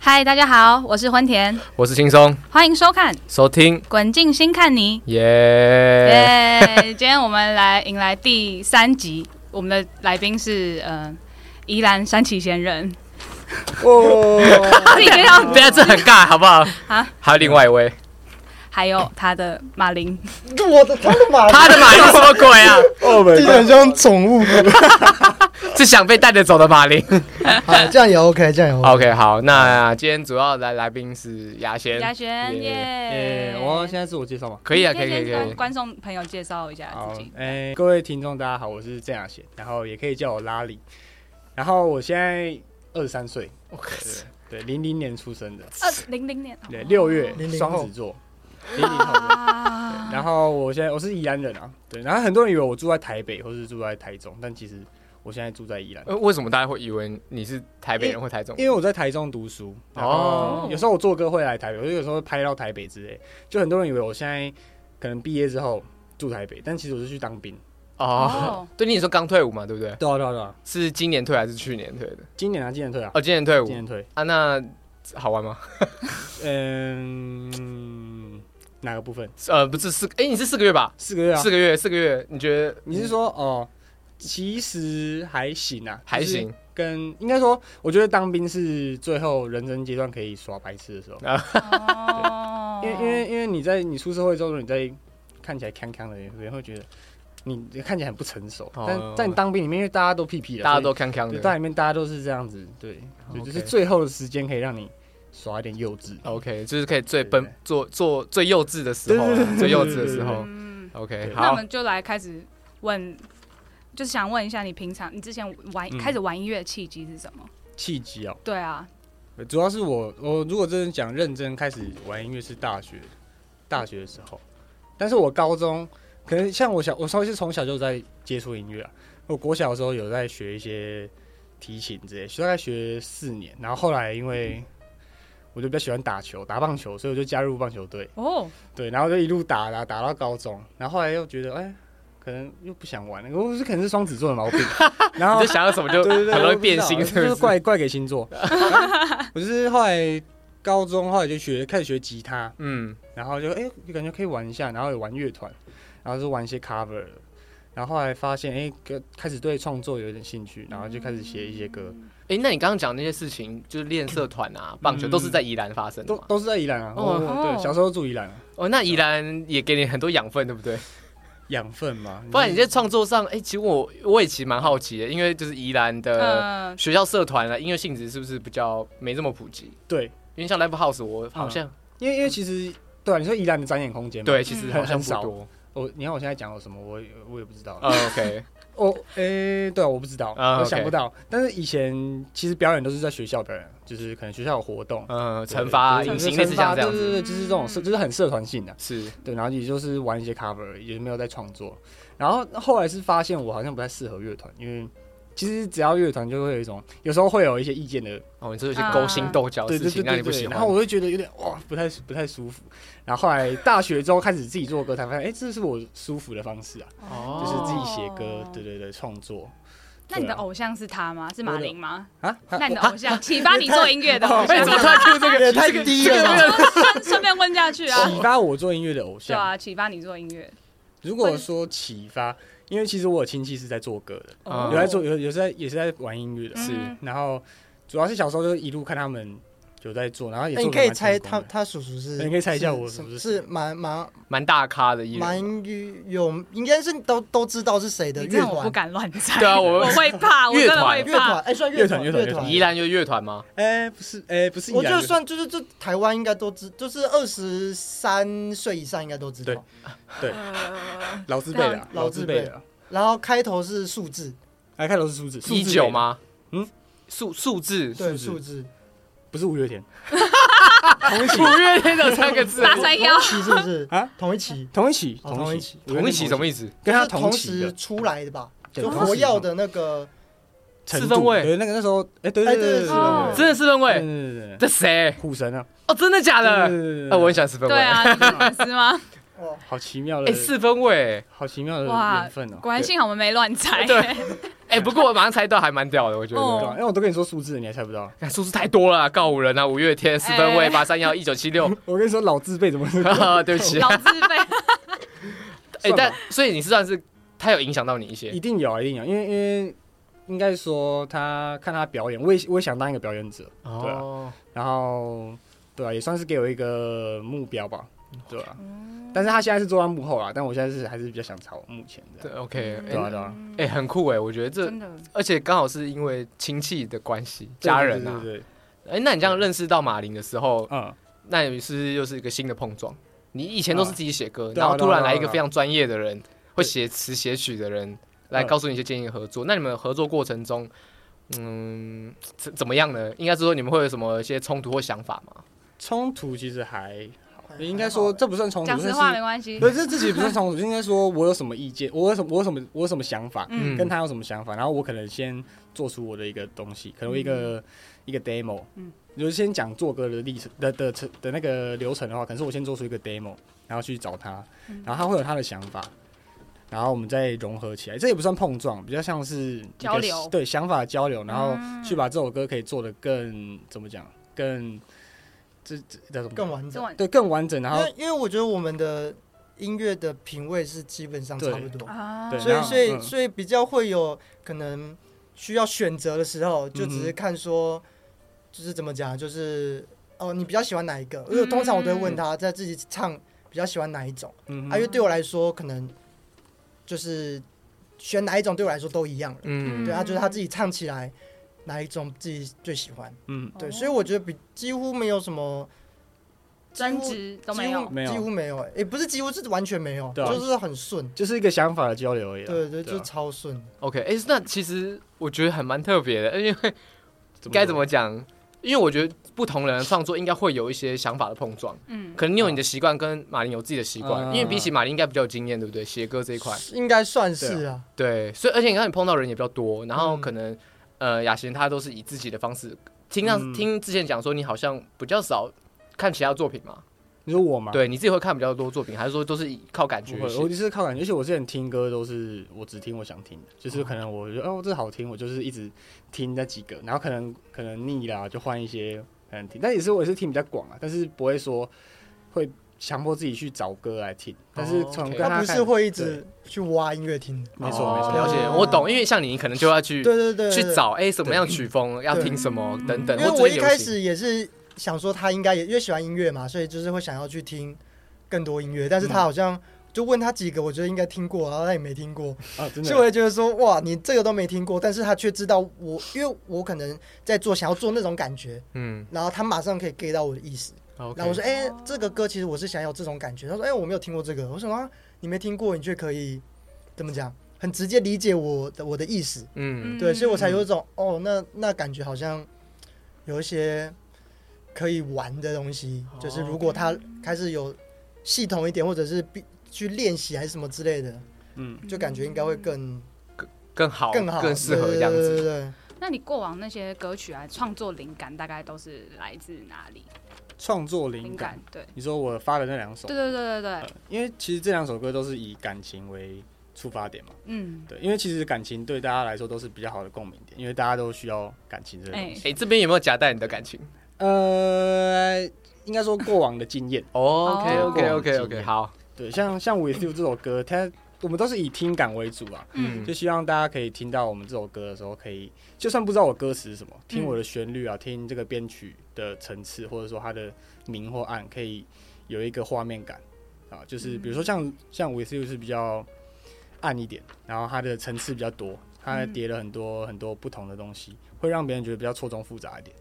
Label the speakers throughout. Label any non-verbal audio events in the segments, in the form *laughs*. Speaker 1: 嗨，大家好，我是欢田，
Speaker 2: 我是轻松
Speaker 1: 欢迎收看《
Speaker 2: 收听，
Speaker 1: 滚进新看你》。
Speaker 2: 耶、
Speaker 1: 耶！今天我们来迎来第三集，我们的来宾是呃宜兰山崎贤人， *laughs*
Speaker 3: 哦，
Speaker 1: 自己介
Speaker 2: *laughs*
Speaker 1: 绍
Speaker 2: *laughs* 等一下这很尬，好不好？
Speaker 1: 啊，
Speaker 2: 还有另外一位，
Speaker 1: 还有他的马林，
Speaker 3: 我的他的妈，
Speaker 2: 他的马铃什么鬼
Speaker 4: *laughs*
Speaker 2: 啊？
Speaker 1: Oh
Speaker 3: *laughs*
Speaker 4: 哦，没
Speaker 3: 听起来像宠物。
Speaker 2: 是想被带着走的马铃。
Speaker 3: *laughs*
Speaker 4: *laughs*
Speaker 3: 好，这样也 OK，这样也 OK。
Speaker 2: OK，好，那今天主要来来宾是牙仙，
Speaker 1: 嘉轩耶
Speaker 4: 诶，！哎我现在自我介绍嘛。
Speaker 2: 可以啊，
Speaker 1: 你
Speaker 2: 可以，可以，
Speaker 1: 先
Speaker 2: 可
Speaker 1: 跟
Speaker 2: 以。
Speaker 1: 观众朋友介绍一下
Speaker 4: 好
Speaker 1: 自己，。
Speaker 4: 诶，各位听众大家好，我是郑雅贤，然后也可以叫我拉里，然后我现在二十三岁，
Speaker 1: Oh
Speaker 4: 对，零零年出生的，
Speaker 1: 二零零年，
Speaker 4: 对，六月
Speaker 3: 00后
Speaker 4: 双子
Speaker 1: *laughs*
Speaker 4: 座，零零后。
Speaker 1: 啊
Speaker 4: 然后我现在我是宜兰人啊，对，然后很多人以为我住在台北或是住在台中，但其实我现在住在宜兰，
Speaker 2: 呃为什么大家会以为你是台北人或台中
Speaker 4: 因？为我在台中读书，然后
Speaker 1: 哦
Speaker 4: 有时候我做歌会来台北，我就有时候会拍到台北之类，就很多人以为我现在可能毕业之后住台北，但其实我是去当兵。
Speaker 2: 哦
Speaker 1: 哦，
Speaker 2: 对，你说刚退伍嘛，对不对？
Speaker 4: 对啊对啊对啊，
Speaker 2: 是今年退还是去年退的？
Speaker 4: 今年啊今年退啊，
Speaker 2: 哦，今年退
Speaker 4: 今年
Speaker 2: 伍
Speaker 4: 退，
Speaker 2: 啊，那好玩吗？
Speaker 4: 嗯，哪个部分？
Speaker 2: 呃，不是四，哎，你是四个月吧？
Speaker 4: 四个月啊
Speaker 2: 四？个月，四个月，你觉得
Speaker 4: 你是说哦？其实还行啊，
Speaker 2: 还
Speaker 4: 就是
Speaker 2: 行？
Speaker 4: 跟应该说，我觉得当兵是最后人生阶段可以耍白痴的时候，
Speaker 1: 哦
Speaker 4: 因为因为因为你在你出社会之后，你在看起来康康的人，人会觉得你看起来很不成熟。
Speaker 2: 哦
Speaker 4: 但在你当兵里面，因为大家都屁屁了，
Speaker 2: 大家
Speaker 4: 所
Speaker 2: 都康康
Speaker 4: 以就
Speaker 2: 的
Speaker 4: 大家里面大家都是这样子，对，
Speaker 2: OK 哦
Speaker 4: 就就是最后的时间可以让你耍一点幼稚。
Speaker 2: ，OK，就是可以最
Speaker 4: 对对
Speaker 2: 奔做做最幼稚的时候啊
Speaker 4: 对对对，对
Speaker 2: 最幼稚的时候。
Speaker 1: 嗯，
Speaker 2: OK，
Speaker 1: 那我
Speaker 2: 好，
Speaker 1: 们就来开始问，就是想问一下你平常你之前玩、
Speaker 4: 嗯
Speaker 1: 开始玩音乐的契机是什么？
Speaker 4: 契机哦，
Speaker 1: 对啊，
Speaker 4: 主要是我我如果真的讲认真开始玩音乐是大学大学的时候，但是我高中可能像我小我稍微是从小就在接触音乐啊，我国小的时候有在学一些提琴之类，学大概学四年，然后后来因为我就比较喜欢打球打棒球，所以我就加入棒球队，
Speaker 1: 哦，
Speaker 4: 对，然后就一路打打打到高中，然后后来又觉得哎。可能又不想玩了，我是可能是双子座的
Speaker 2: *laughs*
Speaker 4: 毛病，然后
Speaker 2: 你就想要什么 *laughs* 就
Speaker 4: 对对对，
Speaker 2: 很容
Speaker 4: 我
Speaker 2: 易
Speaker 4: 不
Speaker 2: 变
Speaker 4: 知道
Speaker 2: 心，
Speaker 4: 就是是
Speaker 2: 不是？
Speaker 4: 怪怪 *laughs* 给星座。我就是后来高中后来就学开始学吉他，
Speaker 2: 嗯，
Speaker 4: 然后就哎、就感觉可以玩一下，然后也玩乐团，然后就玩一些 cover，的然后后来发现哎、跟开始对创作有点兴趣，然后就开始写一些歌，
Speaker 2: 哎，那你刚刚讲那些事情，就是练社团啊、棒球，
Speaker 4: 嗯
Speaker 2: 都是在宜兰发生的
Speaker 4: 都
Speaker 2: 嘛？
Speaker 4: 都是在宜兰啊。
Speaker 2: 哦
Speaker 4: 哦，对，小时候住宜兰、啊，
Speaker 2: 哦，那宜兰也给你很多养分，对不对？
Speaker 4: 嗯养分嘛。
Speaker 2: 不然你在创作上，哎，其实我我也其实蛮好奇的，因为就是宜兰的
Speaker 1: 呃，
Speaker 2: 学校社团啊，音乐性质是不是比较没这么普及？
Speaker 4: 对，
Speaker 2: 因为像 Live House，我好像
Speaker 4: 因为因为其实对啊，你说宜兰的展演空间嘛，
Speaker 2: 对，其实好像
Speaker 4: 很
Speaker 2: 不
Speaker 4: 少
Speaker 2: 多。
Speaker 4: 我你看我现在讲有什么，我也我也不知道。
Speaker 2: 哦 OK，
Speaker 4: 哦，诶、对啊，我不知道
Speaker 2: 啊
Speaker 4: 我
Speaker 2: OK
Speaker 4: 想不到。但是以前其实表演都是在学校表演，就是可能学校有活动，
Speaker 2: 嗯，
Speaker 4: *laughs* 对
Speaker 2: 惩罚啊
Speaker 4: 对
Speaker 2: 隐
Speaker 4: 就是
Speaker 2: 形类似
Speaker 4: 惩罚
Speaker 2: 像这样
Speaker 4: 对
Speaker 2: 子，
Speaker 4: 对对，就是这种社，就是很社团性的、
Speaker 2: 是
Speaker 4: 对，然后也就是玩一些 cover，也没有在创作。然后后来是发现我好像不太适合乐团，因为其实只要乐团就会有一种，有时候会有一些意见的，
Speaker 2: 哦，你这些勾心斗角的
Speaker 4: 啊对
Speaker 2: 哦事
Speaker 4: 对对
Speaker 2: 情让
Speaker 4: 对
Speaker 2: 你不喜
Speaker 4: 对。
Speaker 2: 欢。
Speaker 4: 然后我会觉得有点哇，不太不太舒服。然后后来大学之后开始自己做歌，才发现，哎、这是我舒服的方式啊，
Speaker 2: 哦
Speaker 4: 就是自己写歌，
Speaker 1: 哦
Speaker 4: 对。对对，创作。
Speaker 1: 那你的
Speaker 4: 对啊
Speaker 1: 偶像是他吗？是马林吗？
Speaker 4: 啊，
Speaker 1: 那你的偶像启发你做音乐的偶
Speaker 2: 哎，
Speaker 1: 像
Speaker 2: 怎么突然 Q 这个？
Speaker 3: 也太低了吧！
Speaker 1: 顺顺便问下去啊，
Speaker 4: 启发我做音乐的偶
Speaker 1: 对
Speaker 4: 像。
Speaker 1: 啊，启发你做音乐。
Speaker 4: 如果说启发，因为其实我有亲戚是在做歌的，
Speaker 2: 哦
Speaker 4: 有在做有有在也是在玩音乐的，
Speaker 2: 是
Speaker 1: 嗯
Speaker 4: 然后主要是小时候就一路看他们有在做，然后也
Speaker 3: 哎
Speaker 4: 做
Speaker 3: 你
Speaker 4: 得
Speaker 3: 可以
Speaker 4: 蛮成
Speaker 3: 猜
Speaker 4: 功
Speaker 3: 他
Speaker 4: 的
Speaker 3: 他叔叔是？
Speaker 4: 你可以猜一下我
Speaker 3: 是
Speaker 4: 叔叔是
Speaker 3: 是蛮蛮
Speaker 2: 蛮大咖的艺
Speaker 3: 蛮
Speaker 2: 人。
Speaker 3: 有，应该是都都知道是谁的
Speaker 1: 你这
Speaker 3: 乐
Speaker 1: 样我不
Speaker 3: 团。
Speaker 1: 敢乱猜，
Speaker 2: 对啊我
Speaker 1: 我
Speaker 4: *laughs*
Speaker 1: 会怕，我真的会
Speaker 2: 乐
Speaker 3: 乐团
Speaker 1: 怕。
Speaker 3: 哎，算
Speaker 4: 乐团
Speaker 3: 团
Speaker 4: 乐团
Speaker 3: 团
Speaker 2: 宜。兰有乐团吗？
Speaker 4: 哎不是哎不是宜
Speaker 3: 我
Speaker 4: 兰的，
Speaker 3: 觉得算就是这台湾应该都知，就是二十三岁以上应该都知
Speaker 4: 对
Speaker 3: 道。
Speaker 1: 呃
Speaker 4: 老字辈的啊，
Speaker 3: 老
Speaker 4: 老字
Speaker 3: 老字
Speaker 4: 辈
Speaker 3: 辈
Speaker 4: 的啊，
Speaker 3: 然后开头是数字，
Speaker 4: 来看老是数字，数字
Speaker 2: 一
Speaker 4: 辈的
Speaker 2: 九？吗？
Speaker 4: 嗯，
Speaker 2: 数数字
Speaker 3: 对
Speaker 4: 数字
Speaker 3: 数字，
Speaker 4: 不是五月天，
Speaker 2: 五月天的三个字，
Speaker 1: 大三幺
Speaker 3: 同一期是不是
Speaker 4: 啊？
Speaker 3: 同一期，
Speaker 4: 同一起
Speaker 3: 哦同一起
Speaker 4: 五月天
Speaker 2: 同一起什么意思？
Speaker 4: 跟他
Speaker 3: 就是同
Speaker 4: 期的
Speaker 3: 时出来的吧？
Speaker 4: 对
Speaker 3: 就
Speaker 4: 同
Speaker 3: 国
Speaker 4: 期
Speaker 3: 药的那个，
Speaker 4: 程
Speaker 2: 四
Speaker 4: 度
Speaker 2: 分位
Speaker 4: 对那个那时候哎对
Speaker 3: 哎
Speaker 4: 对
Speaker 3: 对
Speaker 4: 对
Speaker 3: 四
Speaker 4: 对
Speaker 3: 分
Speaker 1: 位
Speaker 2: 真的四
Speaker 4: 对
Speaker 2: 分位？
Speaker 4: 对对对对，
Speaker 2: 这谁？
Speaker 4: 虎神啊，
Speaker 2: 哦，真的假
Speaker 4: 对
Speaker 2: 的？
Speaker 4: 对对对
Speaker 2: 啊，
Speaker 4: 对
Speaker 2: 我很喜欢四分位。
Speaker 1: 对啊，你是粉丝吗？
Speaker 3: 哦，
Speaker 4: 好奇妙的
Speaker 2: 哎，，四分位，
Speaker 4: 好奇妙的
Speaker 1: 哇
Speaker 4: 缘分哦，
Speaker 1: 果然
Speaker 4: 对
Speaker 1: 幸好我们没乱猜。
Speaker 2: 对哎，不过我马上猜到，还蛮屌的，我觉
Speaker 1: 哦
Speaker 2: 得。
Speaker 4: 对吧？因为我都跟你说数字了，你还猜不到。
Speaker 2: 看数字太多了啊，告五人啊，五月天、四分
Speaker 1: 哎
Speaker 2: 卫、八三幺、一九七
Speaker 4: *laughs*
Speaker 2: 六，
Speaker 4: 我跟你说，老字辈怎么
Speaker 2: *laughs* 哎
Speaker 4: 会？
Speaker 2: 对不起。
Speaker 1: 老自卑。
Speaker 2: 哎
Speaker 4: 算，吧
Speaker 2: 但所以你是算是它有影响到你一
Speaker 4: 一
Speaker 2: 些，
Speaker 4: 定有，啊，一定有，因为因为应该说他看他表演，我也我也想当一个表演者，对啊，
Speaker 2: 哦，
Speaker 4: 然后对啊，也算是给我一个目标吧，对啊。但是他现在是坐在幕后啦，但我现在是还是比较想朝目前这
Speaker 2: 对
Speaker 4: 样。
Speaker 2: ，OK，
Speaker 4: 对啊
Speaker 2: 哎
Speaker 4: 对啊，
Speaker 2: 哎，很酷哎，我觉得这
Speaker 1: 真的
Speaker 2: 而且刚好是因为亲戚的关系，家人啊。
Speaker 4: 对对对对，
Speaker 2: 哎、那你这样认识到马林的时候，
Speaker 4: 嗯，
Speaker 2: 那你是不是又是一个新的碰撞？你以前都是自己写歌，
Speaker 4: 对
Speaker 2: 然
Speaker 4: 啊
Speaker 2: 后突然来一个
Speaker 4: 对啊
Speaker 2: 非常专业的人，会写词写曲的人
Speaker 4: 嗯
Speaker 2: 来告诉你一些建议合作。那你们合作过程中，嗯，怎怎么样呢？应该是说你们会有什么一些冲突或想法吗？
Speaker 4: 冲突其实还好，应该说这不算冲突，
Speaker 1: 讲实
Speaker 4: 但
Speaker 1: 话
Speaker 4: 是
Speaker 1: 没关系
Speaker 4: 不。是这这其实不算冲突，应该说我有什么意见，我有什么我有什么我有什么想法，
Speaker 1: 嗯
Speaker 4: 跟他有什么想法，然后我可能先做出我的一个东西，可能我一个、一个 demo，
Speaker 1: 嗯
Speaker 4: 就是先讲做歌的历程的的的的那个流程的话，可能是我先做出一个 demo，然后去找他，
Speaker 1: 嗯
Speaker 4: 然后他会有他的想法，然后我们再融合起来，这也不算碰撞，比较像是一个
Speaker 1: 交流
Speaker 4: 对想法交流，然后
Speaker 1: 嗯
Speaker 4: 去把这首歌可以做的更怎么讲，更这这叫什么？
Speaker 3: 更完
Speaker 1: 这
Speaker 3: 整。
Speaker 1: 晚
Speaker 4: 对更完整，然
Speaker 3: 因
Speaker 4: 后
Speaker 3: 为因为我觉得我们的音乐的品味是基本上差不多，
Speaker 1: 啊
Speaker 4: 对嗯
Speaker 3: 所以
Speaker 4: 然后
Speaker 3: 所以
Speaker 4: 嗯
Speaker 3: 所以比较会有可能需要选择的时候，就
Speaker 4: 嗯
Speaker 3: 只是看说就是怎么讲，就是哦你比较喜欢哪一个？因为通常我都会问他在自己唱比较喜欢哪一种，
Speaker 4: 嗯
Speaker 3: 啊，因
Speaker 4: 哼
Speaker 3: 为对我来说可能就是选哪一种对我来说都一样了，
Speaker 2: 嗯，
Speaker 3: 对啊，就是他自己唱起来哪一种自己最喜欢。
Speaker 4: 嗯
Speaker 1: 哦
Speaker 3: 对，所以我觉得比几乎没有什么
Speaker 1: 争执都没有
Speaker 3: 几乎
Speaker 4: 没有
Speaker 3: 几乎没有、欸，也不是几乎是完全没有，
Speaker 4: 对啊
Speaker 3: 就是很顺，
Speaker 4: 就是一个想法的交流而已啦。
Speaker 3: 对对，
Speaker 4: 啊
Speaker 3: 就超顺。
Speaker 2: OK，哎、那其实我觉得还蛮特别的，因为
Speaker 4: 怎
Speaker 2: 该怎
Speaker 4: 说
Speaker 2: 么讲？因为我觉得不同人的创作应该会有一些想法的碰撞，
Speaker 1: 嗯，
Speaker 2: 可能你有你的习惯，跟马林有自己的习惯。
Speaker 4: 嗯
Speaker 2: 因为比起马林应该比较有经验，对不对？写歌这一块，
Speaker 3: 应该算是啊，
Speaker 2: 对，所以而且你看你碰到人也比较多，然后
Speaker 3: 嗯
Speaker 2: 可能、呃雅贤她都是以自己的方式，听上、
Speaker 4: 嗯
Speaker 2: 听之前讲说你好像比较少看其他作品嘛，
Speaker 4: 你说我嘛？
Speaker 2: 对，你自己会看比较多作品，还是说都是以靠感觉
Speaker 4: 啊不会，
Speaker 2: 写
Speaker 4: 我就是靠感觉，而且我之前听歌都是我只听我想听的，就是可能我觉得哦这好听，我就是一直听那几个，然后可能可能腻啦，就换一些可能听，但也是我也是听比较广啊，但是不会说会强迫自己去找歌来听，但是
Speaker 2: 哦
Speaker 4: 从
Speaker 2: OK
Speaker 4: 跟
Speaker 3: 他
Speaker 4: 他
Speaker 3: 不是
Speaker 4: 看
Speaker 3: 会一直去挖音乐听的，
Speaker 4: 没
Speaker 2: 哦
Speaker 4: 错没错，
Speaker 2: 了解，
Speaker 3: 哦
Speaker 2: 我懂，因为像你，可能就要去
Speaker 3: 对对对，
Speaker 2: 去
Speaker 3: 对，
Speaker 2: 找哎、什么样的曲风要听什么等等，
Speaker 3: 因为
Speaker 2: 或者
Speaker 3: 我
Speaker 2: 是
Speaker 3: 一
Speaker 2: 流
Speaker 3: 开
Speaker 2: 行
Speaker 3: 始也是想说他应该也因为喜欢音乐嘛，所以就是会想要去听更多音乐，但是他好像。就问他几个，我觉得应该听过，然后他也没听过，
Speaker 4: 啊真
Speaker 3: 所以我
Speaker 4: 的
Speaker 3: 也觉得说，哇，你这个都没听过，但是他却知道我，因为我可能在做想要做那种感觉，
Speaker 2: 嗯
Speaker 3: 然后他马上可以 get 到我的意思，
Speaker 2: ，OK，
Speaker 3: 然后我说，哎、这个歌其实我是想要这种感觉。他说，哎、我没有听过这个。我说啊，你没听过，你却可以怎么讲，很直接理解我的我的意思。
Speaker 2: 嗯
Speaker 1: 嗯
Speaker 3: 对，所以我才有一种，哦，那那感觉好像有一些可以玩的东西，
Speaker 2: 哦
Speaker 3: 就是如果他开始有系统一点，或者是必去练习还是什么之类的，
Speaker 4: 嗯
Speaker 3: 就感觉应该会更
Speaker 2: 更好
Speaker 3: 更好、
Speaker 2: 更适合这样
Speaker 3: 对对对
Speaker 2: 子。
Speaker 3: 对对
Speaker 1: 那你过往那些歌曲啊，创作灵感大概都是来自哪里？
Speaker 4: 创作灵
Speaker 1: 灵
Speaker 4: 感
Speaker 1: 感，对，
Speaker 4: 你说我发的那两首
Speaker 1: 对，对对对对，
Speaker 4: 因为其实这两首歌都是以感情为出发点嘛，
Speaker 1: 嗯，
Speaker 4: 对，因为其实感情对大家来说都是比较好的共鸣点，因为大家都需要感情这个东西
Speaker 1: 哎，
Speaker 2: 哎、这边有没有夹带你的感情
Speaker 4: 呃，应该说过往的经验。
Speaker 1: 哦
Speaker 2: ？OK OK
Speaker 4: 过往的
Speaker 2: OK
Speaker 4: 经
Speaker 2: OK，
Speaker 4: 验
Speaker 2: 好，
Speaker 4: 对，像像《With You》这首歌，它我们都是以听感为主啊，
Speaker 1: 嗯
Speaker 4: 就希望大家可以听到我们这首歌的时候，可以就算不知道我歌词是什么，听我的旋律啊，听这个编曲的层次，或者说它的明或暗，可以有一个画面感啊。就是比如说像像《With You》是比较暗一点，然后它的层次比较多，它
Speaker 1: 嗯
Speaker 4: 叠了很多很多不同的东西，会让别人觉得比较错综复杂一点。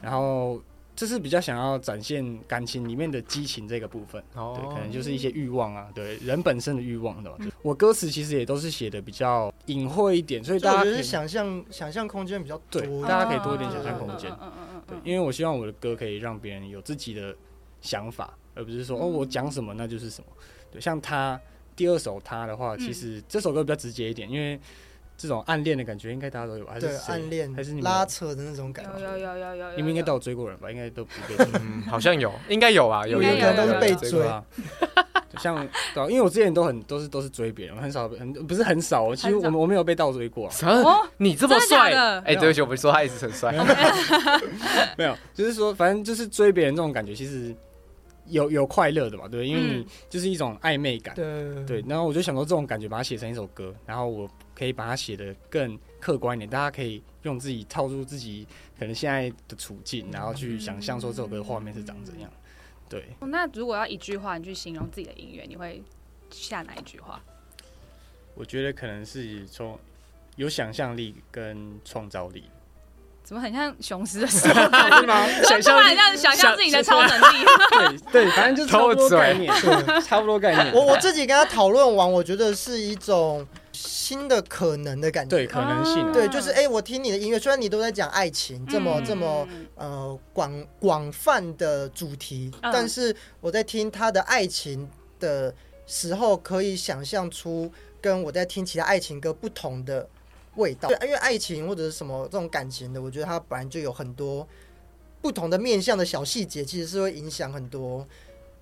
Speaker 4: 然后这是比较想要展现感情里面的激情这个部分。对，可
Speaker 2: 哦
Speaker 1: 哦
Speaker 4: 能就是一些欲望啊，对人本身的欲望的嘛。我歌词其实也都是写的比较隐晦一点，所以
Speaker 3: 所以
Speaker 4: 大
Speaker 3: 我
Speaker 4: 家
Speaker 3: 觉
Speaker 4: 可
Speaker 3: 得是
Speaker 4: 以
Speaker 3: 想象想象空间比较多。
Speaker 4: 对
Speaker 1: 嗯
Speaker 4: 大家可以多一点想象空间
Speaker 1: 嗯嗯嗯
Speaker 4: 对
Speaker 1: 嗯，嗯
Speaker 4: 因为我希望我的歌可以让别人有自己的想法，而不是说哦我讲什么那就是什么。对，像他第二首他的话，
Speaker 1: 嗯
Speaker 4: 其实这首歌比较直接一点，因为这种暗恋的感觉应该大家都有吧，还是
Speaker 3: 对，
Speaker 4: 谁
Speaker 3: 暗恋
Speaker 4: 还是你们
Speaker 3: 拉扯的那种感
Speaker 1: 有
Speaker 3: 觉。
Speaker 1: 有有有有有，
Speaker 4: 你们应该都
Speaker 1: 有
Speaker 2: *laughs*
Speaker 4: 有追过人吧？应该都不被追
Speaker 2: 嗯，好像有，应该有啊，有
Speaker 1: 应该
Speaker 2: 有
Speaker 1: 有
Speaker 2: 有
Speaker 1: 都是被
Speaker 2: 这个
Speaker 3: 追
Speaker 4: 吧？就像对啊、因为我之前都很都是都是追别人，我很少很不是很少哦，其实我们我没有被倒追过、啊，
Speaker 2: 什么
Speaker 1: 哦？
Speaker 2: 你这么
Speaker 1: 真的假
Speaker 2: 帅？
Speaker 1: 的
Speaker 2: 哎，对不起，我不是说他一直很帅。
Speaker 4: *laughs* 没有，就是说反正就是追别人这种感觉，其实有有快乐的嘛，对不对，因为你
Speaker 1: 嗯
Speaker 4: 就是一种暧昧感，
Speaker 3: 对
Speaker 4: 对，然后我就想说这种感觉把它写成一首歌，然后我可以把它写得更客观一点，大家可以用自己套入自己可能现在的处境，然后去想象说这首歌的画面是长怎样。对，
Speaker 1: 那如果要一句话你去形容自己的音乐，你会下哪一句话？
Speaker 4: 我觉得可能是从有想象力跟创造力，
Speaker 1: 怎么很像雄狮的时候？突
Speaker 4: 吗？
Speaker 2: 想象
Speaker 1: 然
Speaker 2: 力，
Speaker 1: 让想象自己的超能力，
Speaker 4: *laughs* 对对，反正就是差不多概念，对差不多概
Speaker 3: *laughs*
Speaker 4: 念。
Speaker 3: 我我自己跟他讨论完，我觉得是一种新的可能的感觉。
Speaker 4: 对可能性啊、
Speaker 1: 哦
Speaker 3: 对，就是哎、我听你的音乐，虽然你都在讲爱情这么、
Speaker 1: 嗯
Speaker 3: 这么呃广广泛的主题，
Speaker 1: 嗯
Speaker 3: 但是我在听他的爱情的时候，可以想象出跟我在听其他爱情歌不同的味道。对，因为爱情或者是什么这种感情的，我觉得它本来就有很多不同的面向的小细节，其实是会影响很多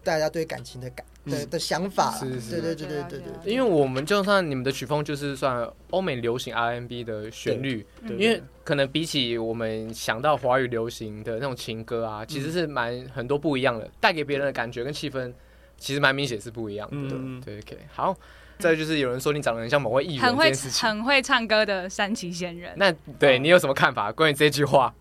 Speaker 3: 大家对感情的感的的想法啦。
Speaker 2: 嗯是是
Speaker 3: 对对对对对
Speaker 1: 了解
Speaker 3: 对，
Speaker 2: 因为我们就算你们的曲风就是算欧美流行 R&B 的旋律，
Speaker 4: 对
Speaker 2: 因为可能比起我们想到华语流行的那种情歌啊，其实是蛮很多不一样的，带给别人的感觉跟气氛，其实蛮明显是不一样的。
Speaker 4: 嗯
Speaker 2: 对，OK，好。再就是有人说你长得很像某位艺人
Speaker 1: 很
Speaker 2: 这
Speaker 1: 会
Speaker 2: 件事情，
Speaker 1: 很会唱歌的三崎贤人。
Speaker 2: 那
Speaker 1: 嗯
Speaker 2: 对你有什么看法？关于这句话，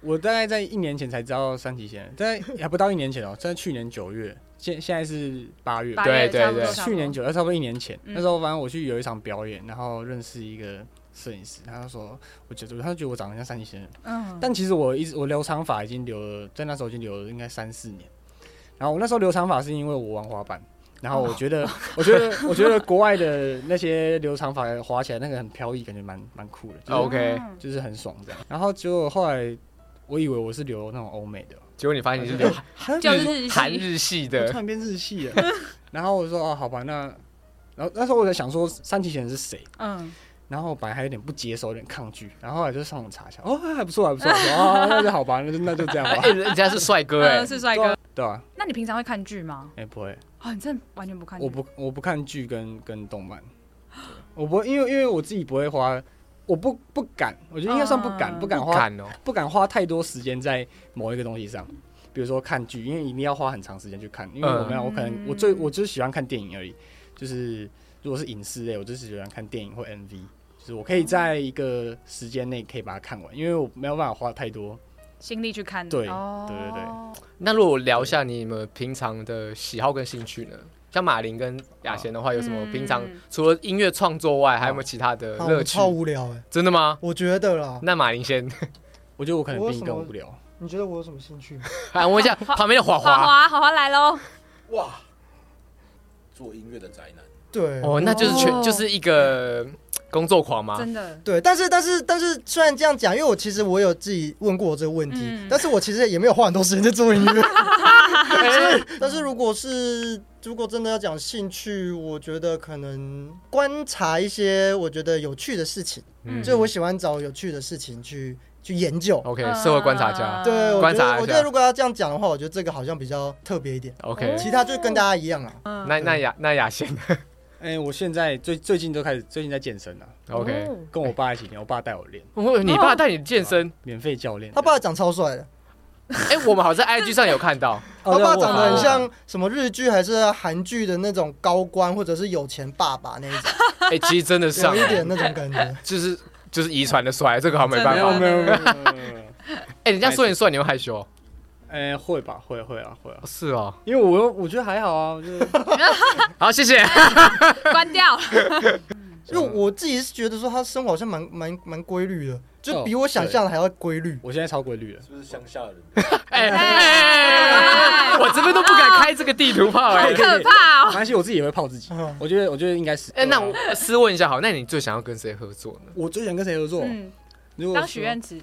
Speaker 4: 我大概在一年前才知道三级线，在还不到一年前哦、在去年九月，现现在是八月，
Speaker 1: 八月
Speaker 2: 对
Speaker 1: 差不
Speaker 2: 对
Speaker 1: 多
Speaker 2: 对
Speaker 1: 差不
Speaker 4: 去
Speaker 1: 多
Speaker 4: 年九月差不多一年前，
Speaker 1: 嗯
Speaker 4: 那时候反正我去有一场表演，然后认识一个摄影师，他就说我觉得他觉得我长得像三级先生，
Speaker 1: 嗯，
Speaker 4: 但其实我一直我留长发已经留了，在那时候已经留了应该三四年，然后我那时候留长发是因为我玩滑板。然后
Speaker 1: 哦
Speaker 4: 我觉得，我觉得，我觉得国外的那些留长发滑起来那个很飘逸，感觉蛮蛮酷的，就是
Speaker 2: OK
Speaker 1: 嗯
Speaker 4: 就是很爽这样。然后结果后来我以为我是留那种欧美的，
Speaker 2: 结果你发现你是流
Speaker 1: *laughs* 就是日系
Speaker 2: 韩日系
Speaker 4: 我
Speaker 2: 的
Speaker 4: 突，然变日系了。然后我说哦，好吧，那然后那时候我在想说三体贤是谁，
Speaker 1: 嗯，
Speaker 4: 然后我本来还有点不接受，有点抗拒，然后后来就上网查一下，哦，还不错，还不错，我说哦，那就好吧，那就那就这样
Speaker 2: *laughs*
Speaker 4: 吧
Speaker 2: 哎，，人家是帅哥哎
Speaker 1: *laughs* 嗯，是帅
Speaker 4: 对
Speaker 1: 哥
Speaker 4: 啊。对啊，
Speaker 1: 那你平常会看剧吗？
Speaker 4: 哎、不会，
Speaker 1: 哦，你真的完全不看剧。
Speaker 4: 我不我不看剧跟跟动漫，对我不会因为因为我自己不会花。我不不敢，我觉得应该算不敢，
Speaker 1: 嗯
Speaker 4: 不敢花
Speaker 2: 敢哦，
Speaker 4: 不敢花太多时间在某一个东西上，比如说看剧，因为一定要花很长时间去看。因为
Speaker 2: 嗯
Speaker 4: 我们、我可能我最我就是喜欢看电影而已，就是如果是影视类，我就是喜欢看电影或 MV，就是我可以在一个时间内可以把它看完，因为我没有办法花太多。
Speaker 1: 心力去看。
Speaker 4: 对
Speaker 1: 哦
Speaker 4: 对对
Speaker 2: 那如果聊一下你们平常的喜好跟兴趣呢？像马林跟雅贤的话，有什么平常
Speaker 1: 嗯
Speaker 2: 除了音乐创作外，还有没有其他的
Speaker 3: 好，
Speaker 2: 嗯乐趣嗯
Speaker 3: 超？无聊哎、
Speaker 2: 真的吗？
Speaker 3: 我觉得啦，
Speaker 2: 那马林先 *laughs*
Speaker 4: 我觉得我可能
Speaker 3: 我有
Speaker 4: 比你
Speaker 3: 什
Speaker 4: 更
Speaker 3: 么
Speaker 4: 无聊。
Speaker 3: 你觉得我有什么兴趣？
Speaker 2: 来啊问一下旁边的华
Speaker 1: 华
Speaker 2: 华。
Speaker 1: 华，华华来喽！
Speaker 5: 哇，做音乐的宅男，
Speaker 3: 对，
Speaker 2: 哦，那就是全
Speaker 1: 哦
Speaker 2: 就是一个工作狂吗？
Speaker 1: 真的，
Speaker 3: 对，但是但是但是，虽然这样讲，因为我其实我有自己问过我这个问题，
Speaker 1: 嗯
Speaker 3: 但是我其实也没有花很多时间在做
Speaker 2: *laughs*
Speaker 3: 音乐。但是但是如果是如果真的要讲兴趣，我觉得可能观察一些我觉得有趣的事情，
Speaker 2: 嗯
Speaker 3: 所以我喜欢找有趣的事情去去研究。
Speaker 2: OK，
Speaker 1: 嗯
Speaker 2: 社会观察家。
Speaker 3: 对，我
Speaker 2: 观
Speaker 3: 觉
Speaker 2: 察一
Speaker 3: 得
Speaker 2: 下
Speaker 3: 我觉得如果要这样讲的话，我觉得这个好像比较特别一点，
Speaker 1: 哦
Speaker 2: OK，
Speaker 3: 其他就跟大家一样啊。
Speaker 1: 嗯
Speaker 2: 那那雅那雅贤呢
Speaker 4: 哎、我现在最最近都开始最近在健身了、
Speaker 2: OK，
Speaker 1: 哦
Speaker 4: 跟我爸一起练，我爸带我练，
Speaker 2: 我你爸带你健身？
Speaker 4: 免费教练。
Speaker 3: 他爸长超帅的，
Speaker 2: 哎，我们好像在 IG 上有看到。
Speaker 3: 他爸长得很
Speaker 4: 哦
Speaker 3: 像什么日剧还是韩剧的那种高官或者是有钱爸爸那一种。
Speaker 2: 哎，其实真的
Speaker 3: 有
Speaker 2: 像。
Speaker 3: 一，点那种感觉
Speaker 2: *laughs* 就是就是遗传的帅，这个好像没
Speaker 4: 没
Speaker 2: 办
Speaker 4: 有
Speaker 2: 法。
Speaker 4: 没有没有没有没有没有，
Speaker 2: 哎，人家说你帅，你会害羞？
Speaker 4: *laughs* 哎、会吧会会啊会啊，
Speaker 2: 是哦。
Speaker 4: 因为我又我觉得还好啊，我就是
Speaker 2: 好，谢谢。
Speaker 1: 关掉。
Speaker 3: 因为我自己是觉得说他生活好像蛮蛮蛮规律的，就
Speaker 4: 哦。
Speaker 3: 比我想象的还要规律
Speaker 4: 我现在超规律了。
Speaker 5: 是不是乡下人？
Speaker 2: 哎哎，我这边都不敢开这个地图炮 *laughs* 哎
Speaker 1: 好。可怕
Speaker 4: 没
Speaker 1: 哦！
Speaker 4: 关系，我自己也会泡自己。
Speaker 3: 嗯
Speaker 4: 我觉得，我觉得应该是。呃
Speaker 2: 哎，那我私问一下，好，那你最想要跟谁合作呢？
Speaker 4: 我最想跟谁合作？
Speaker 1: 嗯，
Speaker 4: 如果
Speaker 1: 当
Speaker 4: 说
Speaker 1: 许愿池，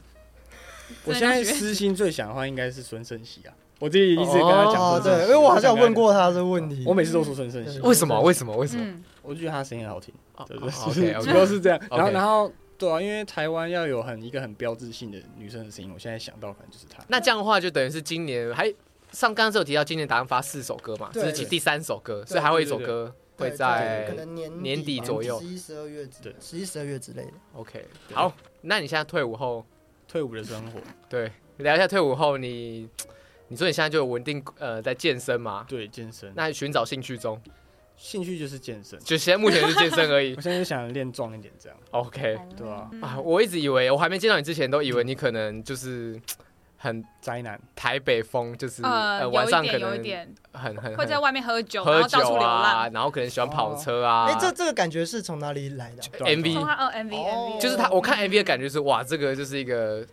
Speaker 4: 我现在私心最想的话，应该是孙胜熙啊。我自己一直跟他讲
Speaker 3: 哦
Speaker 4: 孙，
Speaker 3: 对
Speaker 4: 胜，
Speaker 3: 因
Speaker 4: 熙，
Speaker 3: 为我好像
Speaker 4: 想
Speaker 3: 有
Speaker 4: 跟他
Speaker 3: 问，过他这个问题
Speaker 4: 我。每次都说孙胜熙
Speaker 3: 对，
Speaker 2: 为什么？为什么？为什么？
Speaker 1: 嗯，
Speaker 4: 我就觉得他声音很好听。
Speaker 2: 哦
Speaker 4: 对
Speaker 2: 哦
Speaker 4: 对对，
Speaker 2: ，OK，OK
Speaker 4: *laughs* 主要是这样。然后
Speaker 2: OK
Speaker 4: 然后对啊，因为台湾要有很一个很标志性的女生的声音，我现在想到可能就是她。
Speaker 2: 那这样的话，就等于是今年还上刚刚是有提到今年打算发四首歌嘛，这
Speaker 3: 对
Speaker 2: 是其
Speaker 3: 对
Speaker 2: 第三首歌，所
Speaker 3: 对
Speaker 2: 以还会有一
Speaker 4: 对
Speaker 2: 首
Speaker 4: 对
Speaker 2: 歌
Speaker 3: 对
Speaker 2: 会
Speaker 3: 就
Speaker 2: 在
Speaker 3: 可能年
Speaker 2: 年底左右
Speaker 3: 十一、十二月之
Speaker 4: 对，
Speaker 3: 十一、十二月之类的。
Speaker 2: OK。
Speaker 4: 对
Speaker 2: 好，那你现在退伍后，
Speaker 4: 退伍的生活，
Speaker 2: 对，聊一下退伍后你，你说你现在就有稳定呃在健身嘛？
Speaker 4: 对健身，
Speaker 2: 那寻找兴趣中，
Speaker 4: 兴趣就是健身。
Speaker 2: 就现在目前是健身而已
Speaker 1: *laughs*
Speaker 4: 我。现在就想练壮一点，这样
Speaker 2: OK
Speaker 4: 对吧、
Speaker 1: 嗯
Speaker 2: 啊，我一直以为我还没见到你之前，都以为你可能就是很
Speaker 3: 嗯
Speaker 4: 宅男
Speaker 2: 台北风，就是
Speaker 1: 呃，
Speaker 2: 呃
Speaker 1: 有
Speaker 2: 晚
Speaker 1: 一
Speaker 2: 上可
Speaker 1: 点，有一
Speaker 2: 能
Speaker 1: 点
Speaker 2: 很很
Speaker 1: 会在
Speaker 2: 很
Speaker 1: 外面喝酒，然
Speaker 2: 喝
Speaker 1: 后到处
Speaker 2: 酒
Speaker 1: 流
Speaker 2: 啊，
Speaker 1: 浪。
Speaker 2: 然后可能喜欢跑
Speaker 4: 哦
Speaker 2: 车啊。
Speaker 3: 哎，这这个感觉是从哪里来的啊？
Speaker 4: 对啊
Speaker 1: 从
Speaker 2: MV
Speaker 1: 他哦 MV
Speaker 3: 哦
Speaker 1: MV，
Speaker 2: 就是他，我看 MV 的感觉是哇，这个就是一个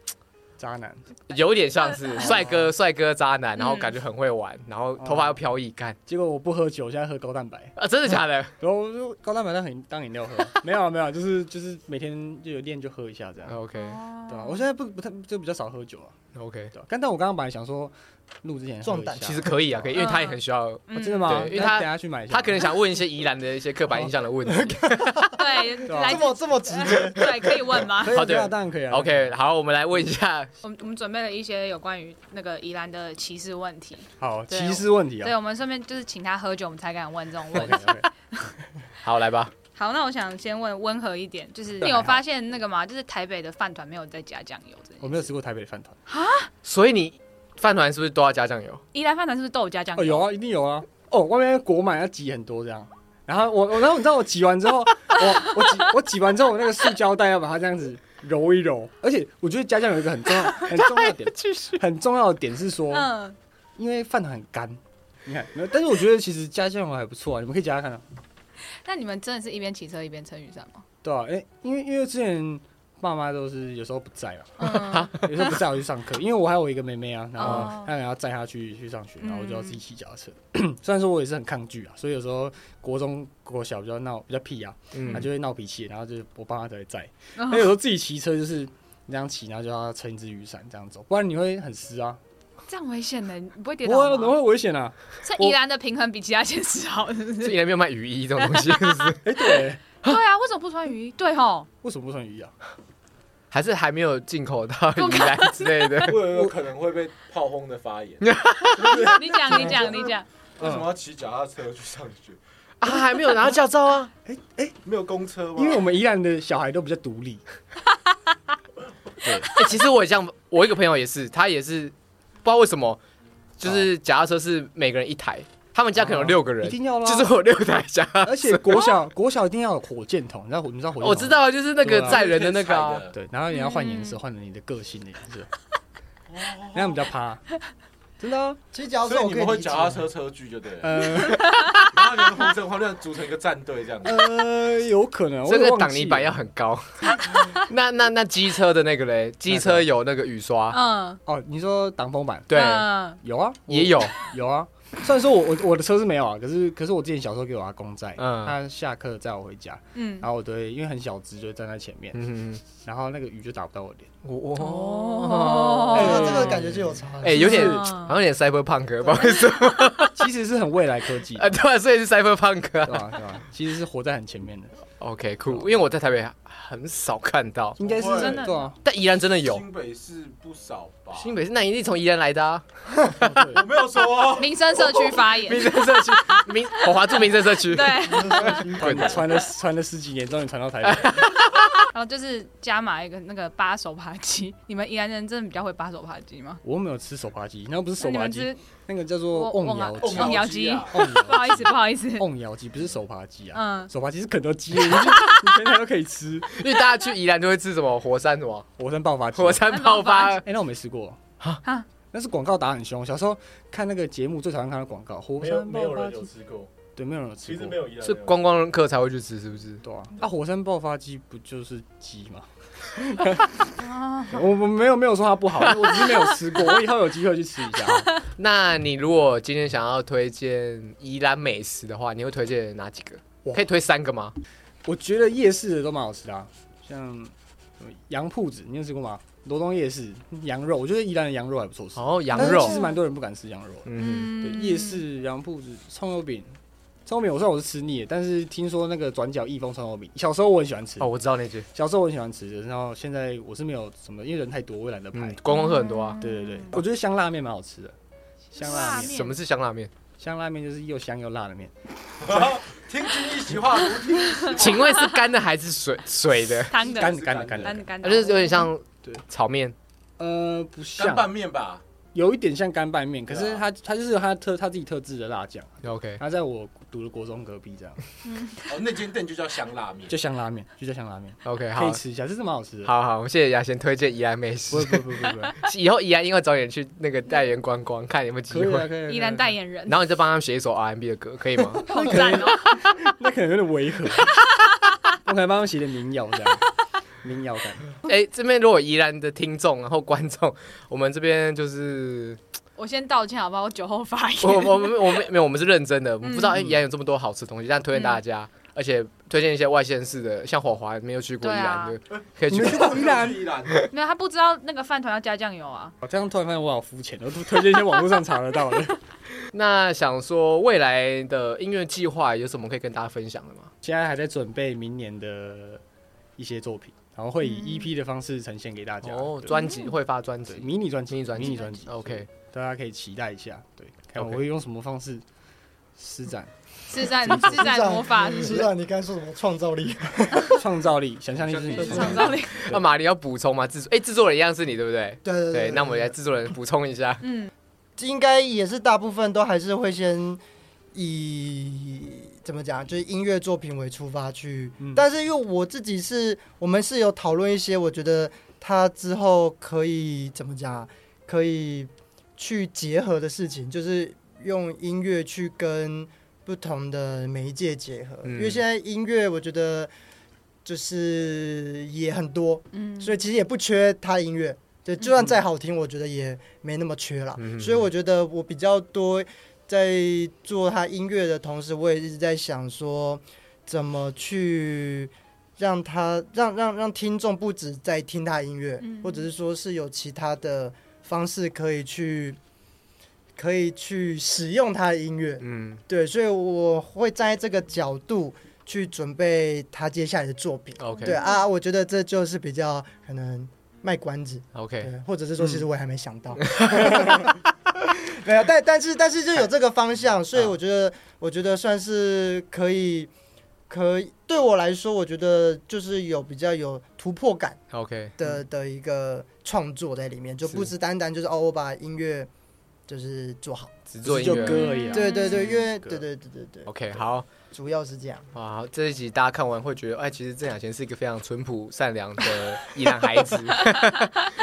Speaker 4: 渣男，
Speaker 2: 有点像是帅
Speaker 3: 哦
Speaker 2: 哥帅哥渣男，然后
Speaker 1: 呃嗯
Speaker 2: 感觉很会玩，然后头发又飘逸，干
Speaker 4: 结果我不喝酒，我现在喝高蛋白，
Speaker 2: 啊，真的假的？
Speaker 4: 然后我就高蛋白当饮当饮料喝， *laughs* 没有啊没有啊，就是就是每天就有练就喝一下这
Speaker 3: 嗯
Speaker 4: 样，
Speaker 2: OK
Speaker 1: 哦
Speaker 4: 对
Speaker 2: 啊
Speaker 4: 吧、
Speaker 2: 哦
Speaker 4: 我现在不不太就比较少喝酒啊，
Speaker 2: OK，
Speaker 4: 对吧、但但我刚刚本来想说录之前喝一下
Speaker 3: 壮胆
Speaker 2: 其实可以啊，可以，因为他也很需要，
Speaker 1: 嗯
Speaker 4: 哦真的吗？
Speaker 2: 对因为
Speaker 4: 那
Speaker 2: 他
Speaker 4: 等下去买一下，
Speaker 2: 他可能想问一些宜兰的一些刻板印象的 *laughs* 问题。 *laughs*
Speaker 1: 对，
Speaker 4: 对啊
Speaker 1: 来
Speaker 3: 这
Speaker 1: 自，
Speaker 3: 么这么直接
Speaker 1: 呃对，可以问吗？
Speaker 4: 可以
Speaker 2: 好
Speaker 4: 啊
Speaker 2: 的
Speaker 4: 对啊，当然可以啊。
Speaker 2: OK，好，我们来问一下，
Speaker 1: 我们我们准备了一些有关于那个宜兰的歧视问题，
Speaker 4: 好，
Speaker 1: 对
Speaker 4: 歧视问题
Speaker 1: 对，
Speaker 4: 啊。
Speaker 1: 我们顺便就是请他喝酒，我们才敢问这种问
Speaker 4: *laughs* OK
Speaker 1: 题。
Speaker 4: OK，
Speaker 2: *laughs* 好来吧，
Speaker 1: 好，那我想先问温和一点，就是
Speaker 4: 对
Speaker 1: 你有
Speaker 4: 还好
Speaker 1: 发现那个吗？就是台北的饭团没有再加酱油这件事
Speaker 4: 我没有吃过台北的饭团。
Speaker 2: 所以你饭团是不是都要加酱油？
Speaker 1: 宜兰饭团是不是都有加酱
Speaker 4: 哦，有
Speaker 1: 油？
Speaker 4: 啊，一定有啊。哦，外面国买要挤很多这样。然后我我然后你知道我挤完之后，我我挤我挤完之后，我那个塑胶袋要把它这样子揉一揉。而且我觉得家酱有一个很重要很重要的点，很重要的点是说，
Speaker 1: 嗯，
Speaker 4: 因为饭团很干。你看，没有，但是我觉得其实家酱油还不错啊，你们可以加加看啊。
Speaker 1: 那你们真的是一边骑车一边撑雨伞吗？
Speaker 4: 对 *laughs* 啊，哎、因为因为之前爸妈都是有时候不
Speaker 1: *laughs*
Speaker 4: 在嘛，
Speaker 1: 嗯，
Speaker 4: 有时候不在我去上课，因为我还有一个妹妹啊，然
Speaker 1: 哦
Speaker 4: 后她也要载她去去上学，然后我就要自己
Speaker 1: 嗯
Speaker 4: 骑脚踏车。 *clears throat* 虽然说我也是很抗拒啊，所以有时候国中、国小比较闹、比较屁啊，
Speaker 2: 嗯
Speaker 4: 她就会闹脾气，然后就是我爸妈都会载。
Speaker 1: 哦
Speaker 4: 那有时候自己骑车就是你这样骑，然后就要撑一只雨伞这样走，不然你会很湿啊，
Speaker 1: 这样危险的，你不会跌
Speaker 4: 不会
Speaker 1: 倒
Speaker 4: 很
Speaker 1: 吗？
Speaker 4: 会危险啊。
Speaker 1: 这宜兰的平衡比其他县市好，是不
Speaker 2: 这
Speaker 1: 是？
Speaker 2: 宜兰没有卖雨衣这种 *laughs* 东西，是不是？
Speaker 4: 哎、对，
Speaker 1: 对啊，为什么不穿雨衣？对
Speaker 4: *laughs*
Speaker 1: 吼，
Speaker 4: 为什么不穿雨衣啊？
Speaker 2: 还是还没有进口到宜兰之类 *laughs* 的？
Speaker 5: 我有一个可能会被炮轰的发言，
Speaker 1: 你讲，你讲，你讲，
Speaker 5: 为什么要骑脚踏车去上学？
Speaker 2: 啊，还没有拿到驾照 *laughs* 啊？
Speaker 5: 没有公车吗？
Speaker 4: 因为我们宜兰的小孩都比较独立，
Speaker 2: 欸其实我也像我一个朋友也是，他也是不知道为什么，就是脚踏车是每个人一台，他们家可能有六个人，
Speaker 4: 一定要啦。
Speaker 2: 就是会有六台脚踏车。
Speaker 4: *laughs* 而且
Speaker 2: *laughs*
Speaker 4: 国小国小一定要有火箭筒，你知道火你知道火箭筒吗？
Speaker 2: 我知道，就是那个
Speaker 4: 对啊
Speaker 2: 载人的那个啊、
Speaker 5: 天才的
Speaker 4: 对，然后你要换颜色，换成你的个性的颜色，那样比较趴。真
Speaker 2: *laughs*
Speaker 4: 的、啊，
Speaker 3: 其实脚踏
Speaker 5: 所
Speaker 3: 车
Speaker 5: 以
Speaker 3: 我
Speaker 5: 你
Speaker 3: 可以
Speaker 5: 们会
Speaker 3: 理解
Speaker 5: 脚踏车车距就对了，
Speaker 4: 呃
Speaker 5: 然后你们红橙黄绿组成一个战队
Speaker 4: *laughs*
Speaker 5: 这样子。
Speaker 4: 呃，有可能，我
Speaker 2: 所以
Speaker 4: 也
Speaker 2: 那
Speaker 4: 忘
Speaker 2: 挡
Speaker 4: 记
Speaker 2: 泥板
Speaker 4: 了
Speaker 2: 要很高。 *laughs* 那那那机车的那个嘞，机车有那个雨刷，
Speaker 1: 嗯，
Speaker 4: 哦，你说挡风板
Speaker 2: 对，
Speaker 1: 嗯
Speaker 4: 有啊，我
Speaker 2: 也有。
Speaker 4: 有啊。虽然说我我我的车是没有啊，可是可是我之前小时候给我阿公载，
Speaker 2: 嗯
Speaker 4: 他下课载我回家，
Speaker 1: 嗯，
Speaker 4: 然后我都会因为很小只，就会站在前面，
Speaker 2: 嗯，
Speaker 4: 然后那个雨就打不到我脸。
Speaker 2: 我
Speaker 1: 哦
Speaker 3: 哦，
Speaker 4: 哎
Speaker 3: 那这个感觉就有差了。
Speaker 2: 哎、有点
Speaker 1: 是
Speaker 2: 好像有点 cyberpunk，不好啊意思 *laughs*
Speaker 4: 其实是很未来科技，
Speaker 2: 啊，对啊，所以是 cyberpunk
Speaker 4: 对
Speaker 2: 啊。哦
Speaker 4: 吧、对吧、其实是活在很前面的，
Speaker 2: OK，酷，因为我在台北很少看到，
Speaker 4: 应该是
Speaker 5: 不会真
Speaker 1: 的
Speaker 4: 对啊，
Speaker 2: 但宜兰真的有。
Speaker 5: 新北市不少吧？
Speaker 2: 新北是那一定从宜兰来的 *laughs* 啊，
Speaker 4: 对
Speaker 5: 我没有说哦，
Speaker 1: 民生社区发言
Speaker 2: 民，生社区，民我华住民生社区。
Speaker 1: 对，
Speaker 2: 滚
Speaker 4: *laughs*
Speaker 2: 蛋
Speaker 4: 传了传了十几年，终于传到台北。 *laughs*
Speaker 1: 然后就是加码一个那个八手扒鸡， *laughs* 你们宜兰人真的比较会八手扒鸡吗？
Speaker 4: 我没有吃手扒鸡，那不是
Speaker 1: 那
Speaker 4: 手
Speaker 1: 你
Speaker 4: 扒
Speaker 1: 们
Speaker 4: 鸡，
Speaker 1: 吃
Speaker 4: 那个叫做
Speaker 1: 瓮
Speaker 4: 瓮窑
Speaker 1: 瓮
Speaker 4: 鸡。
Speaker 1: 瓮窑
Speaker 5: 鸡啊，
Speaker 4: 瓮
Speaker 1: 不好意思，不好意思，
Speaker 4: 瓮窑鸡不是手扒鸡啊，
Speaker 1: 嗯，
Speaker 4: 手扒鸡是肯德基，你去 *laughs* 你全台都可以吃。
Speaker 2: *laughs* 因为大家去宜兰都会吃什么火山什么
Speaker 4: 火山爆发鸡，
Speaker 2: 火山爆发
Speaker 4: 哎、，那我没吃过
Speaker 1: 哈
Speaker 4: 哈，那是广告打很凶。小时候看那个节目，最讨厌看到广告，火
Speaker 5: 没有
Speaker 4: 山
Speaker 5: 没
Speaker 4: 爆
Speaker 5: 有
Speaker 4: 发
Speaker 5: 人有
Speaker 4: 鸡，
Speaker 5: 吃过，
Speaker 4: 对，没有人有
Speaker 5: 其
Speaker 4: 吃
Speaker 5: 实
Speaker 4: 过
Speaker 5: 没。有一样
Speaker 2: 是观光客才会去吃，是不是？
Speaker 4: 对啊，啊，火山爆发鸡不就是鸡吗？ *laughs*
Speaker 1: 啊，
Speaker 4: 我我没有没有说它不好，我只是没有吃过，我以后有机会去吃一下。
Speaker 2: 那你如果今天想要推荐宜兰美食的话，你会推荐哪几个？
Speaker 4: 哇
Speaker 2: 可以推三个吗？
Speaker 4: 我觉得夜市的都蛮好吃的、啊，像什么羊铺子，你有吃过吗？罗东夜市羊肉，我觉得宜兰的羊肉还不错吃。
Speaker 2: 哦，羊
Speaker 4: 但是
Speaker 2: 肉
Speaker 4: 其，实蛮多人不敢吃羊肉的。
Speaker 2: 嗯，
Speaker 1: 嗯
Speaker 4: 对，夜市羊铺子葱油饼，葱油饼我虽然我是吃腻了，但是听说那个转角益丰葱油饼，小时候我很喜欢吃
Speaker 2: 哦，，我知道那句，
Speaker 4: 小时候我很喜欢吃，然后现
Speaker 2: 哎
Speaker 4: 在我是没有什么，因为人太多，我也懒得排
Speaker 2: 嗯嗯，。观光客很多啊，
Speaker 4: 对对对，我觉得香辣面蛮好吃的，香辣面，
Speaker 6: 面
Speaker 2: 什么是香辣面？
Speaker 4: 香辣面就是又香又辣的面，
Speaker 5: 听君一席
Speaker 4: *laughs*
Speaker 5: 话，如听
Speaker 2: 请问是干的还是 *laughs* 水水的？
Speaker 1: 汤的
Speaker 4: 干的干的干
Speaker 1: 干
Speaker 4: 的
Speaker 1: 的，干
Speaker 2: 啊就
Speaker 1: 的，
Speaker 2: 是有点像
Speaker 4: 对
Speaker 2: 炒面，
Speaker 4: 呃，不像
Speaker 5: 干，拌面吧。
Speaker 4: 有一点像干拌面，可
Speaker 5: 对
Speaker 4: 是
Speaker 5: 啊
Speaker 4: 它它就是有它特它自己特制的辣酱，
Speaker 2: OK，
Speaker 4: 它在我读的国中隔壁
Speaker 2: *laughs*
Speaker 4: 这样，
Speaker 5: 哦，那间店就叫香辣面
Speaker 4: 就。香拉面，就叫香拉面，
Speaker 2: OK，
Speaker 4: 可
Speaker 2: 好啊
Speaker 4: 以，吃一下，这是蛮好吃的。
Speaker 2: 好好，我们谢谢雅贤推荐宜兰美
Speaker 4: 不
Speaker 2: 食
Speaker 4: 会，，不会不会不
Speaker 2: *laughs*
Speaker 4: 会，
Speaker 2: 以后宜兰应该早点去那个代言观光，看有没有机
Speaker 4: 可以啊
Speaker 2: 会，
Speaker 4: 可以啊。
Speaker 1: 依然代言人，
Speaker 2: 然后你再帮他们写一首 R&B 的歌，可 *laughs* 以吗？
Speaker 1: 好赞哦！
Speaker 4: 可以， *laughs* 那可能有点违和， *laughs* 我可能帮他们写点民谣这样，民谣
Speaker 2: *laughs*
Speaker 4: 感。
Speaker 2: 哎，这边如果宜兰的听众然后观众，我们这边就是
Speaker 1: 我先道歉好不好？我酒后发
Speaker 2: *laughs* 我
Speaker 1: 言，
Speaker 2: 我我们我们没有，我们是认真的。我们不知道哎
Speaker 4: 嗯
Speaker 2: 宜兰有这么多好吃的东西，但推荐大家，而且推荐一些外县市的，像火华没有去过宜
Speaker 1: 对
Speaker 2: 兰
Speaker 1: 啊
Speaker 2: 的，可以去
Speaker 4: *laughs* 你。们依然
Speaker 5: 依然，
Speaker 1: 没有他不知道那个饭团要加酱油啊。
Speaker 4: 我这样突然发现我好肤浅，我都推荐一些网络上查得到的。
Speaker 2: 那想说未来的音乐计划有什么可以跟大家分享的吗？
Speaker 4: *laughs* 现在还在准备明年的一些作品，然后会
Speaker 1: 嗯
Speaker 4: 以 EP 的方式呈现给大家。
Speaker 2: 哦，
Speaker 4: 对
Speaker 2: 专辑会发专
Speaker 4: 对
Speaker 2: 辑
Speaker 4: 迷你专辑，
Speaker 2: 迷你专辑
Speaker 4: 迷你专辑
Speaker 2: ，OK，
Speaker 4: 大家可以期待一下。对，看
Speaker 2: OK
Speaker 4: 我会用什么方式施 *laughs* 展
Speaker 1: 施展
Speaker 3: 啊
Speaker 1: 施展魔法是不
Speaker 3: 知
Speaker 1: 是？
Speaker 3: 道啊你刚才说什么创造力？ *laughs*
Speaker 4: 创造力、想象力是你的
Speaker 5: 想
Speaker 1: 创
Speaker 4: 本
Speaker 1: 造
Speaker 4: 能。
Speaker 1: 力，
Speaker 2: 那啊玛丽要补充吗？制作哎，制作人一样是你对不对？
Speaker 3: 对对
Speaker 4: 呃
Speaker 2: 对，那我们来制作人补充一下。
Speaker 1: 嗯，
Speaker 3: 应该也是大部分都还是会先以怎么讲，就是音乐作品为出发去。
Speaker 4: 嗯
Speaker 3: 但是因为我自己是，我们是有讨论一些，我觉得它之后可以怎么讲，可以去结合的事情，就是用音乐去跟不同的媒介结合。
Speaker 2: 嗯
Speaker 3: 因为现在音乐，我觉得就是也很多，
Speaker 1: 嗯
Speaker 3: 所以其实也不缺他的音乐。对，就算再好听，我觉得也没那么缺啦。
Speaker 2: 嗯
Speaker 3: 所以我觉得我比较多在做他音乐的同时，我也一直在想说，怎么去让他让让让听众不止在听他的音乐，
Speaker 1: 嗯
Speaker 3: 或者是说是有其他的方式可以去可以去使用他的音乐。
Speaker 2: 嗯
Speaker 3: 对，所以我会站在这个角度去准备他接下来的作品。对
Speaker 2: ，OK
Speaker 3: 啊，我觉得这就是比较可能卖关子，
Speaker 2: OK，
Speaker 3: 对，或者是
Speaker 2: 嗯
Speaker 3: 说，其实我也还没想
Speaker 2: *laughs*
Speaker 3: 到。 *laughs* 没有，但但是但是就
Speaker 2: 哎
Speaker 3: 有这个方向，所以
Speaker 2: 嗯
Speaker 3: 我觉得我觉得算是可以，可以对我来说，我觉得就是有比较有突破感
Speaker 2: OK，
Speaker 3: 的的一个创作在里面，就是不是单单就是哦，我把音乐就是做好。
Speaker 2: 只
Speaker 4: 就
Speaker 2: 做
Speaker 4: 是
Speaker 2: 音
Speaker 4: 就
Speaker 2: 乐。嗯
Speaker 4: 歌而已啊。
Speaker 3: 对对对，因为
Speaker 4: 歌
Speaker 3: 对对对对对，
Speaker 2: OK，好，
Speaker 3: 主要是这样。
Speaker 2: 哇，这一集大家看完会觉得，哎，其实郑雅贤是一个非常淳朴善良的宜兰
Speaker 1: *laughs*
Speaker 2: 孩子，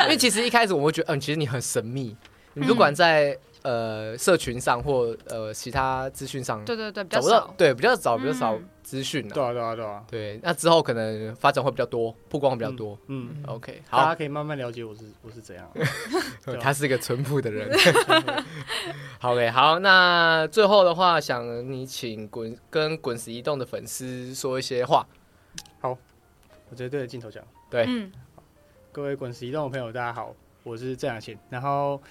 Speaker 2: 因为其实一开始我会觉得，嗯，其实你很神秘，你不管在、呃社群上或呃其他资讯上
Speaker 1: 对对对，比
Speaker 2: 找
Speaker 1: 较
Speaker 2: 不到
Speaker 1: 少，。
Speaker 2: 对，比较少比较少
Speaker 1: 嗯
Speaker 2: 资讯
Speaker 4: 对
Speaker 2: 啊。
Speaker 4: 啊对啊对啊，
Speaker 2: 对，那之后可能发展会比较多，曝光会比较多。
Speaker 4: 嗯，
Speaker 2: OK，
Speaker 4: 大
Speaker 2: 好
Speaker 4: 家，可以慢慢了解我是我是怎样啊。对啊
Speaker 2: 他是一个淳朴的
Speaker 4: *laughs*
Speaker 2: 人。 *laughs* 好嘞，好，那最后的话，想你请滚跟滚石移动的粉丝说一些话。
Speaker 4: 我直接对着镜头讲。
Speaker 2: 对，
Speaker 1: 嗯，
Speaker 4: 各位滚石移动的朋友，大家好，我是郑雅贤。然后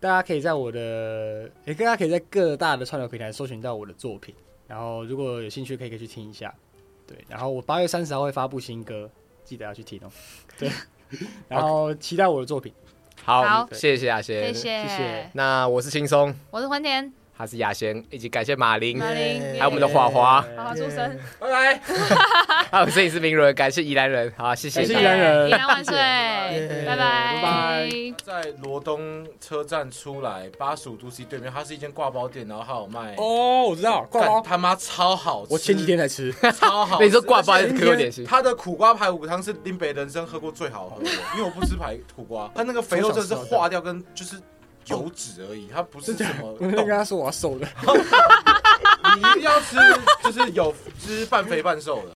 Speaker 4: 大家可以在我的，诶，大家可以在各大的串流平台搜寻到我的作品。然后如果有兴趣，可以可以去听一下。对，然后我八月三十号会发布新歌，记得要去听哦。 *laughs* 对，然后期待我的作品。
Speaker 2: 好，
Speaker 1: 好
Speaker 2: 谢谢雅
Speaker 1: 谢
Speaker 2: 贤，
Speaker 1: 谢，
Speaker 4: 谢谢
Speaker 2: 那我是轻松，
Speaker 1: 我是欢田，
Speaker 2: 他是雅贤，以及感谢马林，
Speaker 1: 马林
Speaker 3: 耶
Speaker 2: 还有我们的华华，
Speaker 1: 好好出声，
Speaker 5: 拜拜。
Speaker 2: *laughs* 还有摄影师明伦，感谢宜兰人，好，谢谢
Speaker 4: 感谢
Speaker 2: 你
Speaker 4: 宜兰人
Speaker 1: 宜兰万岁，
Speaker 3: 谢
Speaker 1: 拜
Speaker 4: 拜拜
Speaker 5: 在罗东车站出来，八十五度 C 对面，它是一间挂包店，然后它有卖，
Speaker 4: 哦，我知道，挂
Speaker 5: 干
Speaker 4: 包。
Speaker 5: 他妈超好吃，
Speaker 4: 我前几天才吃，
Speaker 5: 超好吃。
Speaker 2: 那你说挂包还是
Speaker 5: 而且
Speaker 2: 可口点心？
Speaker 5: 它的苦瓜排骨汤是林北人生喝过最好喝的，因为我不吃排苦瓜，它那个肥肉真的是化掉跟就是油脂而已，它不是什么
Speaker 4: *laughs* 我那天跟他说我要瘦了。
Speaker 5: 你一定要吃，就是有吃半肥半瘦的。